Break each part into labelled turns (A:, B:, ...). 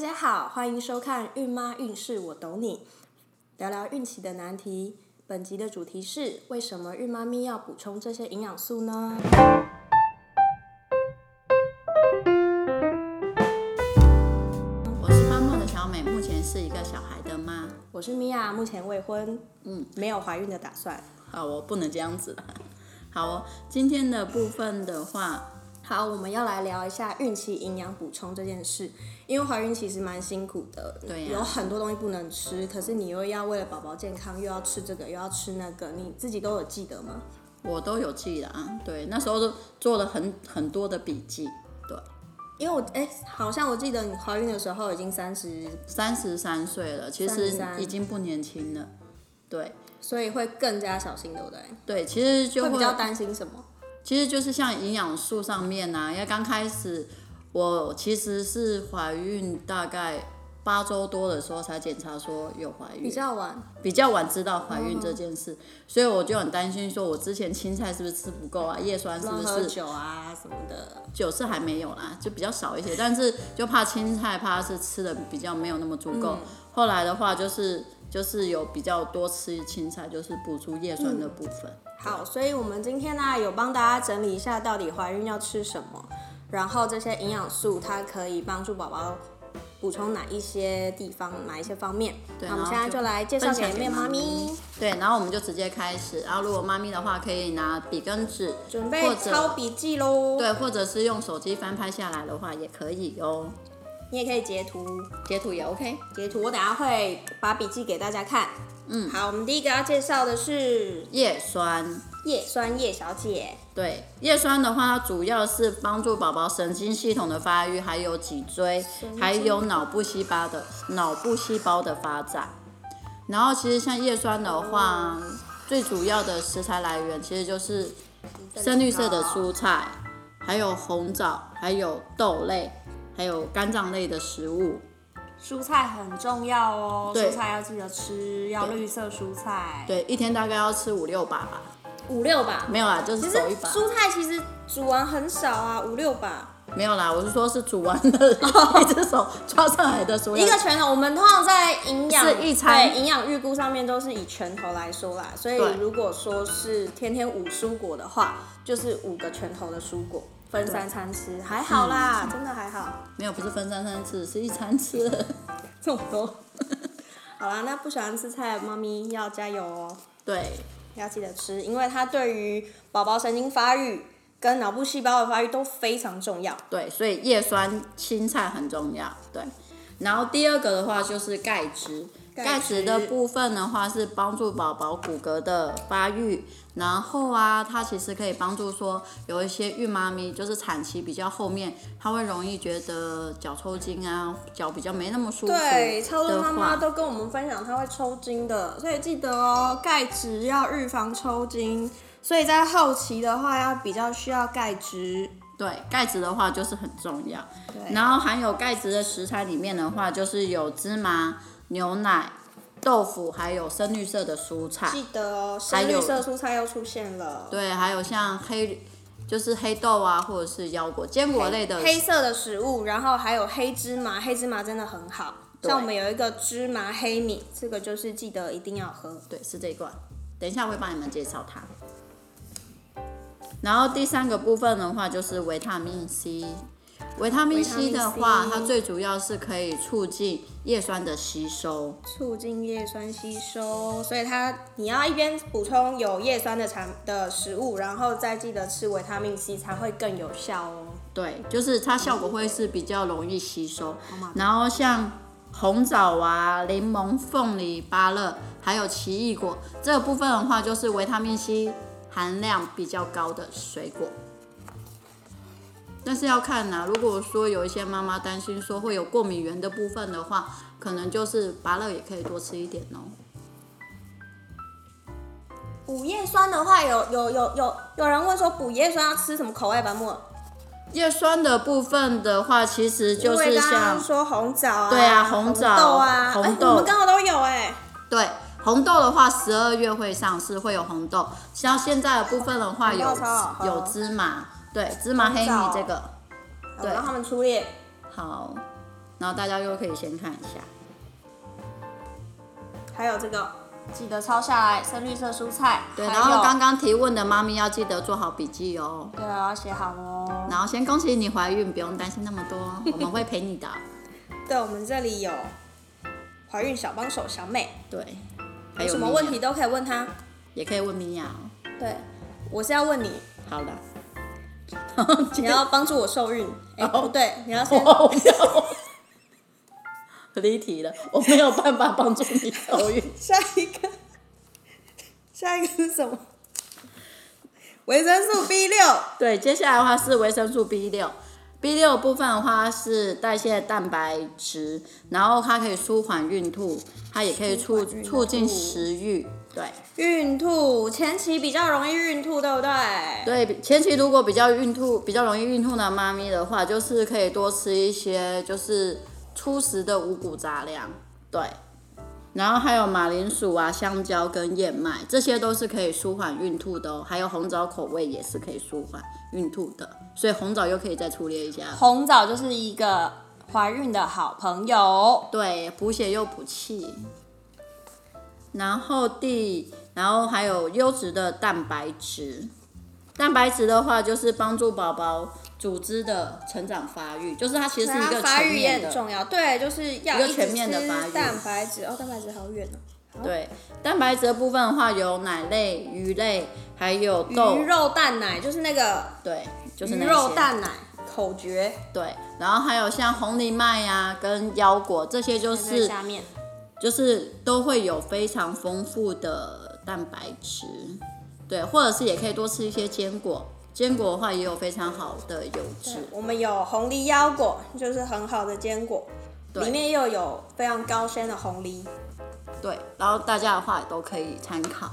A: 家好，欢迎收看《孕妈运势我懂你》，聊聊孕期的难题。本集的主题是为什么孕妈咪要补充这些营养素呢？
B: 我是妈梦的小美，目前是一个小孩的妈。
A: 我是米娅，目前未婚，
B: 嗯，
A: 没有怀孕的打算。
B: 好，我不能这样子 了。好、哦，今天的部分的话，
A: 好，我们要来聊一下孕期营养补充这件事，因为怀孕其实蛮辛苦的，
B: 对呀
A: 有很多东西不能吃，可是你又要为了宝宝健康，又要吃这个，又要吃那个，你自己都有记得吗？
B: 我都有记得啊。对，那时候都做了很很多的笔记。对，
A: 因为我哎、好像我记得你怀孕的时候已经三十，
B: 三十三岁了，其实
A: 33
B: 已经不年轻了。对
A: 所以会更加小心，对不对？
B: 对，其实就
A: 会比较担心什么？
B: 其实就是像营养素上面呐、啊，因为刚开始我其实是怀孕大概八周多的时候才检查说有怀
A: 比
B: 孕，
A: 较晚，
B: 比较晚知道怀孕这
A: 嗯
B: 件事，所以我就很担心，说我之前青菜是不是吃不够啊，叶酸是
A: 乱
B: 不
A: 喝
B: 是
A: 酒啊什么的。
B: 酒是还没有啦，就比较少一些，但是就怕青菜，怕是吃的比较没有那么足够。
A: 嗯
B: 后来的话就是就是有比较多吃青菜，就是补足叶酸的部分。
A: 好，所以我们今天呢、有帮大家整理一下到底怀孕要吃什么，然后这些营养素它可以帮助宝宝补充哪一些地方、哪一些方面。
B: 对
A: 那我们
B: 然后
A: 现在
B: 就
A: 就来介绍
B: 分享
A: 给
B: 给
A: 面
B: 妈
A: 妈
B: 咪
A: 咪，
B: 对，然后我们就直接开始。然后如果妈咪的话，可以拿笔跟纸，
A: 准
B: 或
A: 备
B: 者
A: 抄笔记喽。
B: 对，或者是用手机翻拍下来的话也可以哦，
A: 你也可以截图，
B: 截图也 OK。
A: 截图我等下会把笔记给大家看。嗯，好，我们第一个要介绍的是
B: 叶酸。
A: 叶酸叶小姐。
B: 对，叶酸的话，它主要是帮助宝宝神经系统的发育，还有脊椎，还有脑部细胞的脑部细胞的发展。然后其实像叶酸的话，最主要的食材来源其实就是深绿色的蔬菜，还有红枣，还有豆类，还有肝脏类的食物。
A: 蔬菜很重要哦，
B: 对
A: 蔬菜要记得吃，要
B: 对
A: 绿色蔬菜，
B: 对，一天大概要吃五六把吧，
A: 五六把。
B: 没有啦，就是
A: 其实
B: 走一把。
A: 蔬菜其实煮完很少啊，五六把，
B: 没有啦，我是说是煮完的， 一只手抓上来的所有
A: 一个拳头。我们通常在营养
B: 是一餐
A: 对营养预估上面都是以拳头来说啦，所以
B: 对
A: 如果说是天天五蔬果的话，就是五个拳头的蔬果。分三餐吃还好
B: 嗯
A: 啦，真的还好。
B: 没有，不是分三餐吃，是一餐吃。
A: 这么多， 好啦，那不喜欢吃菜的猫咪要加油哦。
B: 对，
A: 要记得吃，因为它对于宝宝神经发育跟脑部细胞的发育都非常重要。
B: 对，所以叶酸、青菜很重要。对，然后第二个的话就是钙质，
A: 钙
B: 钙质
A: 质
B: 的部分的话是帮助宝宝骨骼的发育，然后啊，它其实可以帮助说有一些孕妈咪，就是产期比较后面，她会容易觉得脚抽筋啊，脚比较没那么舒服的话。
A: 对，超多妈妈都跟我们分享她会抽筋的，所以记得哦，钙质要预防抽筋。所以在后期的话，要比较需要钙质。
B: 对，钙质的话就是很重要。
A: 对，
B: 然后含有钙质的食材里面的话，就是有芝麻、牛奶、豆腐，还有深绿色的蔬菜。
A: 记得哦，
B: 还
A: 深
B: 有
A: 绿色蔬菜又出现了。
B: 对，还有像黑，就是黑豆啊，或者是腰果、坚果类的。
A: 黑色的食物，然后还有黑芝麻，黑芝麻真的很好。
B: 对
A: 像我们有一个芝麻黑米，这个就是记得一定要喝。
B: 对，是这一罐。等一下我会帮你们介绍它。然后第三个部分的话就是维他命 C，维他命 C 的话
A: 维他命，C
B: 它最主要是可以促进叶酸的吸收。
A: 促进叶酸吸收，所以它你要一边补充有叶酸的产的食物，然后再记得吃维他命 C 才会更有效哦。
B: 对，就是它效果会是比较容易吸收
A: 麻烦。
B: 然后像红枣啊、柠檬、凤梨、芭乐，还有奇异果这个部分的话，就是维他命 C 含量比较高的水果。但是要看呐、如果说有一些妈妈担心说会有过敏源的部分的话，可能就是芭乐也可以多吃一点哦。
A: 补叶酸的话，有有有有有人问说补叶酸要吃什么口味版本？
B: 叶酸的部分的话，其实就
A: 因
B: 是
A: 为刚
B: 像
A: 刚说红枣啊，
B: 对啊
A: 红
B: 红枣
A: 豆啊，哎、
B: 红豆
A: 我们刚好都有哎、
B: 对，红豆的话，十二月会上市，会有红豆。像现在的部分的话，
A: 红
B: 有
A: 豆超好喝
B: 有芝麻，对，芝麻
A: 红
B: 黑米
A: 枣
B: 这个
A: 我让他们出列。
B: 好。然后大家又可以先看一下。
A: 还有这个记得抄下来，深绿色蔬菜。
B: 对，
A: 还
B: 然后
A: 有
B: 刚刚提问的妈咪要记得做好笔记哦。
A: 对啊，要写好哦。
B: 然后先恭喜你怀孕，不用担心那么多，我们会陪你 的。
A: 对，我们这里有怀孕小帮手小美，
B: 对，还
A: 有
B: 有
A: 什么
B: 米娅
A: 问题都可以问她。
B: 也可以问米娅哦。
A: 对，我是要问你，
B: 好了，
A: 你要帮助我受 孕？哎、
B: 哦
A: 不对，你要先
B: 我没有 离题了，我没有办法帮助你受孕。
A: 下一个， 下一个是什么？维生素 B 六，
B: 对，接下来的话是维生素 B 六。B 六部分的话是代谢蛋白质，然后它可以舒缓孕吐，它也可以促
A: 舒缓孕吐
B: 促进食欲。对
A: 孕吐前期比较容易孕吐，对不对？
B: 对，前期如果比较孕吐、比较容易孕吐的妈咪的话，就是可以多吃一些就是粗食的五谷杂粮。对，然后还有马铃薯啊、香蕉跟燕麦，这些都是可以舒缓孕吐的哦。还有红枣口味也是可以舒缓孕吐的，所以红枣又可以再粗略一下。
A: 红枣就是一个怀孕的好朋友。
B: 对，补血又补气。然后第，然后还有优质的蛋白质。蛋白质的话，就是帮助宝宝组织的成长发育，就是它其实是一
A: 它
B: 个
A: 啊发
B: 全
A: 育也
B: 面
A: 很
B: 的。
A: 重要，对，就是要
B: 一个
A: 直
B: 全面的发育
A: 吃蛋白质哦，蛋白质好远哦。
B: 对，蛋白质的部分的话，有奶类、鱼类，还有豆
A: 鱼，肉蛋奶就是那个
B: 对，就是
A: 鱼
B: 那
A: 肉
B: 些。
A: 蛋奶口诀，
B: 对，然后还有像红藜麦呀、跟腰果这些，就
A: 在
B: 是
A: 下面
B: 就是都会有非常丰富的蛋白质，对，或者是也可以多吃一些坚果，坚果的话也有非常好的油
A: 对
B: 脂，
A: 我们有红梨腰果，就是很好的坚果，
B: 对
A: 里面又有非常高纤的红梨。
B: 对，然后大家的话也都可以参考。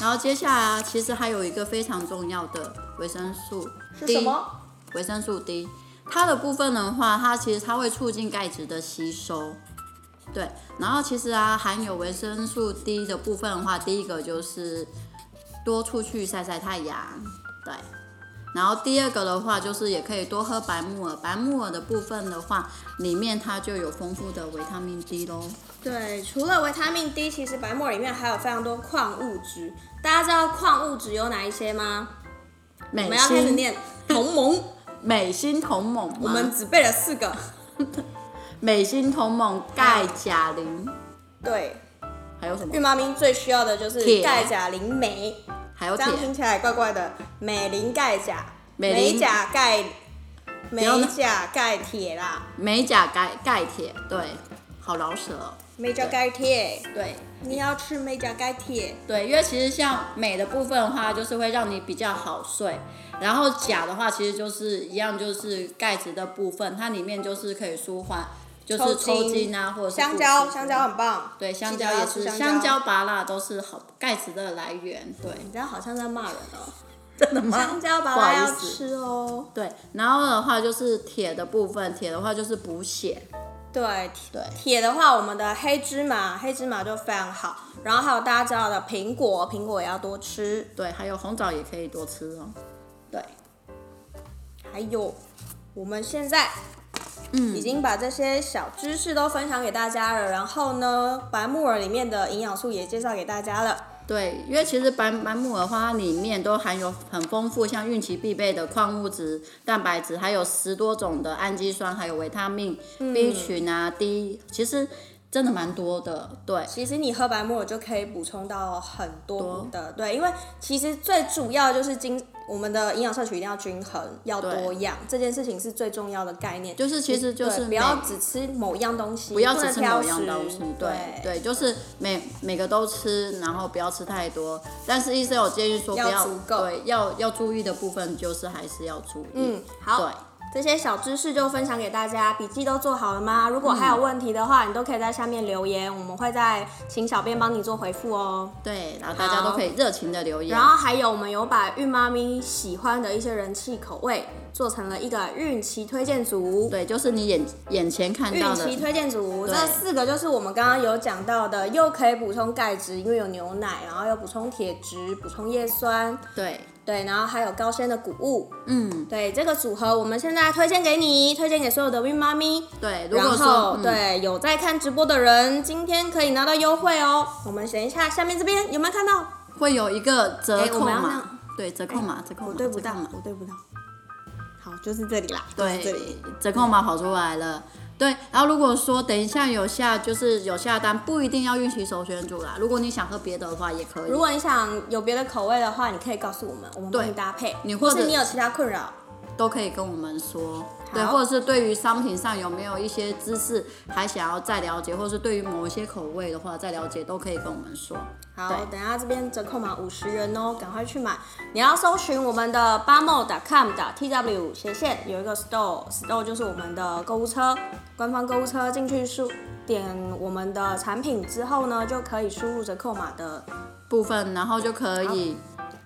B: 然后接下来啊，其实还有一个非常重要的维生素
A: 是
B: D
A: 什么？
B: 维生素 D，它的部分的话，它其实它会促进钙质的吸收。对，然后其实啊，含有维生素 D 的部分的话，第一个就是多出去晒晒太阳，对。然后第二个的话，就是也可以多喝白木耳。白木耳的部分的话，里面它就有丰富的维他命 D 咯。
A: 对，除了维他命 D，其实白木耳里面还有非常多矿物质。大家知道矿物质有哪一些吗？我
B: 美
A: 们要开始
B: 心 嗯
A: 念同盟，
B: 美心同盟吗，
A: 我们只背了四个。
B: 嗯美心同盟钙、钾、磷，
A: 对，
B: 还有什么
A: 孕？妈咪最需要的就是
B: 铁
A: 钙、钾、磷、镁，
B: 还有
A: 这
B: 铁。
A: 样听起来怪怪的。镁、磷、钙、钾，
B: 镁磷
A: 镁、钾、钙，
B: 要
A: 镁、钾、钙、铁啦，
B: 美甲钙钙铁，对，好老舍哦、
A: 镁、钾、钙、铁。
B: 对
A: 你要吃美甲钙铁，
B: 对，因为其实像美的部分的话，就是会让你比较好睡，然后钾的话，其实就是一样，就是钙质的部分，它里面就是可以舒缓，就是抽
A: 抽筋
B: 筋啊，或者是
A: 香
B: 腹
A: 蕉，
B: 泻
A: 香蕉很棒。
B: 对，香
A: 记
B: 蕉
A: 得要
B: 也
A: 吃
B: 是，
A: 香
B: 香蕉、芭乐都是好钙质的来源，对，
A: 你这样好像在骂人哦。
B: 真的吗
A: 香蕉吧，
B: 不好意
A: 要
B: 思，
A: 吃哦。
B: 对，然后的话就是铁的部分，铁的话就是补血，
A: 对，
B: 对
A: 铁的话，我们的黑芝麻，黑芝麻就非常好。然后还有大家知道的苹果，苹果也要多吃。
B: 对，还有红枣也可以多吃哦，对，
A: 还有，哎我们现在。嗯，已经把这些小知识都分享给大家了，然后呢，白木耳里面的营养素也介绍给大家了。
B: 对，因为其实白白木耳花里面都含有很丰富，像孕期必备的矿物质、蛋白质，还有十多种的氨基酸，还有维他命、B
A: 嗯
B: 群啊、D，其实真的蛮多的。对，
A: 其实你喝白木耳就可以补充到很多的，对，因为其实最主要就是精，我们的营养摄取一定要均衡，要
B: 对
A: 多样，这件事情是最重要的概念。
B: 就是其实就是
A: 对
B: 每
A: 不要只吃某一样东西，
B: 不
A: 不
B: 要
A: 能
B: 只吃
A: 挑
B: 某样
A: 食
B: 东西，对
A: 对，
B: 对，就是每每个都吃，然后不要吃太多。但是医生有建议说不
A: 要
B: 要
A: 足够
B: 对，要要注意的部分就是还是要注意。
A: 嗯，好
B: 对。，
A: 这些小知识就分享给大家，笔记都做好了吗？如果还有
B: 嗯
A: 问题的话，你都可以在下面留言，我们会再请小编帮你做回复哦。
B: 对，然后大家都
A: 好
B: 可以热情的留言
A: 然。后还有我们有把孕妈咪喜欢的一些人气口味做成了一个孕期推荐组。
B: 对，就是你眼眼前看到
A: 孕
B: 的
A: 期推荐组
B: 对
A: 这四个就是我们刚刚有讲到的，又可以补充钙质，因为有牛奶，然后又补充铁质、补充叶酸，
B: 对
A: 对，然后还有高纤的谷物，
B: 嗯，
A: 对这个组合，我们现在推荐给你，推荐给所有的孕妈咪。
B: 对。如
A: 然后、
B: 果说、嗯、
A: 对有在看直播的人，今天可以拿到优惠哦。我们选一下下面这边有没有看到？
B: 会有一个折
A: 哎我
B: 扣
A: 们要那
B: 码
A: 样，哎
B: 对，折扣码，折扣码，
A: 我对不
B: 折
A: 到
B: 扣码，
A: 哦我对不到。好，就是这里啦，就是这
B: 对
A: 里。，
B: 折扣码跑出来了。对，然后如果说等一下有下就是有下单，不一定要孕期首选组啦。如果你想喝别的的话，也可以
A: 如。果你想有别的口味的话，你可以告诉我们，我们帮
B: 对
A: 你搭配。
B: 你或者
A: 是你有其他困扰，
B: 都可以跟我们说，对，
A: 好
B: 或者是对于商品上有没有一些知识还想要再了解，或者是对于某一些口味的话再了解，都可以跟我们说。
A: 好
B: 对，
A: 等一下这边折扣码五十元哦，赶快去买。你要搜寻我们的 bamo.com 打 tw 斜线有一个 store，store 就是我们的购物车，官方购物车进去输点我们的产品之后呢，就可以输入折扣码的。
B: 部分，然后就可以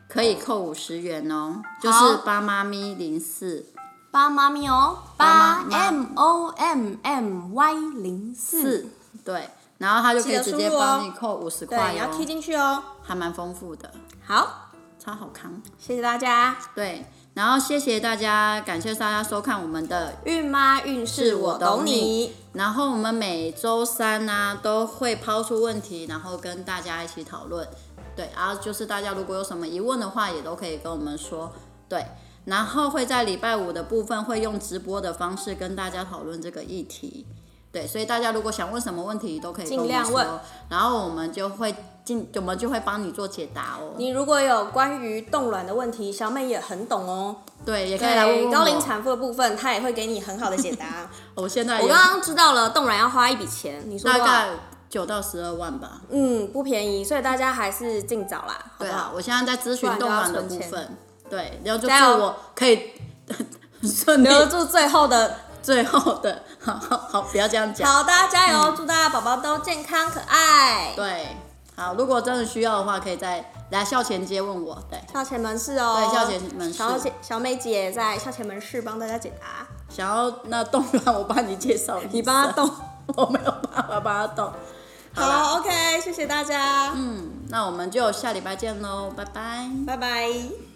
B: 可以扣五十元哦，就
A: 好
B: 是八妈咪零四
A: 八妈咪哦，
B: 八
A: 八
B: 妈
A: m o m m y 零四
B: 四，，对，然后他就可
A: 记
B: 以
A: 得
B: 直
A: 输
B: 接
A: 入哦
B: 帮你扣五十
A: 对，
B: 块
A: 你要 key
B: 哦，
A: 进去哦。
B: 还蛮丰富的，
A: 好，
B: 超好看。
A: 谢谢大家，
B: 对，然后谢谢大家，感谢大家收看我们的
A: 孕妈运势我懂你，
B: 然后我们每周三呢、都会抛出问题，然后跟大家一起讨论。对，然后就是大家如果有什么疑问的话，也都可以跟我们说。对，然后会在礼拜五的部分会用直播的方式跟大家讨论这个议题。对，所以大家如果想问什么问题，都可以跟
A: 尽
B: 我们
A: 量问
B: 说，然后我们就会尽，我们就会帮你做解答哦。
A: 你如果有关于冻卵的问题，小美也很懂哦。
B: 对，也可以来问
A: 对
B: 问
A: 高龄
B: 我。
A: 产妇的部分，她也会给你很好的解 答。
B: 我现在
A: 我
B: 有
A: 刚刚知道了，冻卵要花一笔钱，你说
B: 大
A: 多少？
B: 概九到十二万吧。
A: 嗯，不便宜，所以大家还是尽早啦，好
B: 对
A: 不
B: 啊
A: 好，？
B: 我现在在咨询动漫的部
A: 不然
B: 分，对，然后就
A: 加油
B: 祝我可以 顺利
A: 留住最后 的，
B: 最后的， 好好好，不要这样讲，
A: 好，大家加油，祝大家宝宝都健康可爱。
B: 嗯对，好，如果真的需要的话，可以再来校前街问我，对，
A: 校前门市哦，
B: 对校前门市
A: 小姐小美姐在校前门市帮大家解答，
B: 想要那动漫我帮你介绍，
A: 你帮她动，
B: 我没有办法帮他动，好啦
A: 好，OK，谢谢大家，
B: 嗯，那我们就下礼拜见喽，拜拜。
A: 拜拜。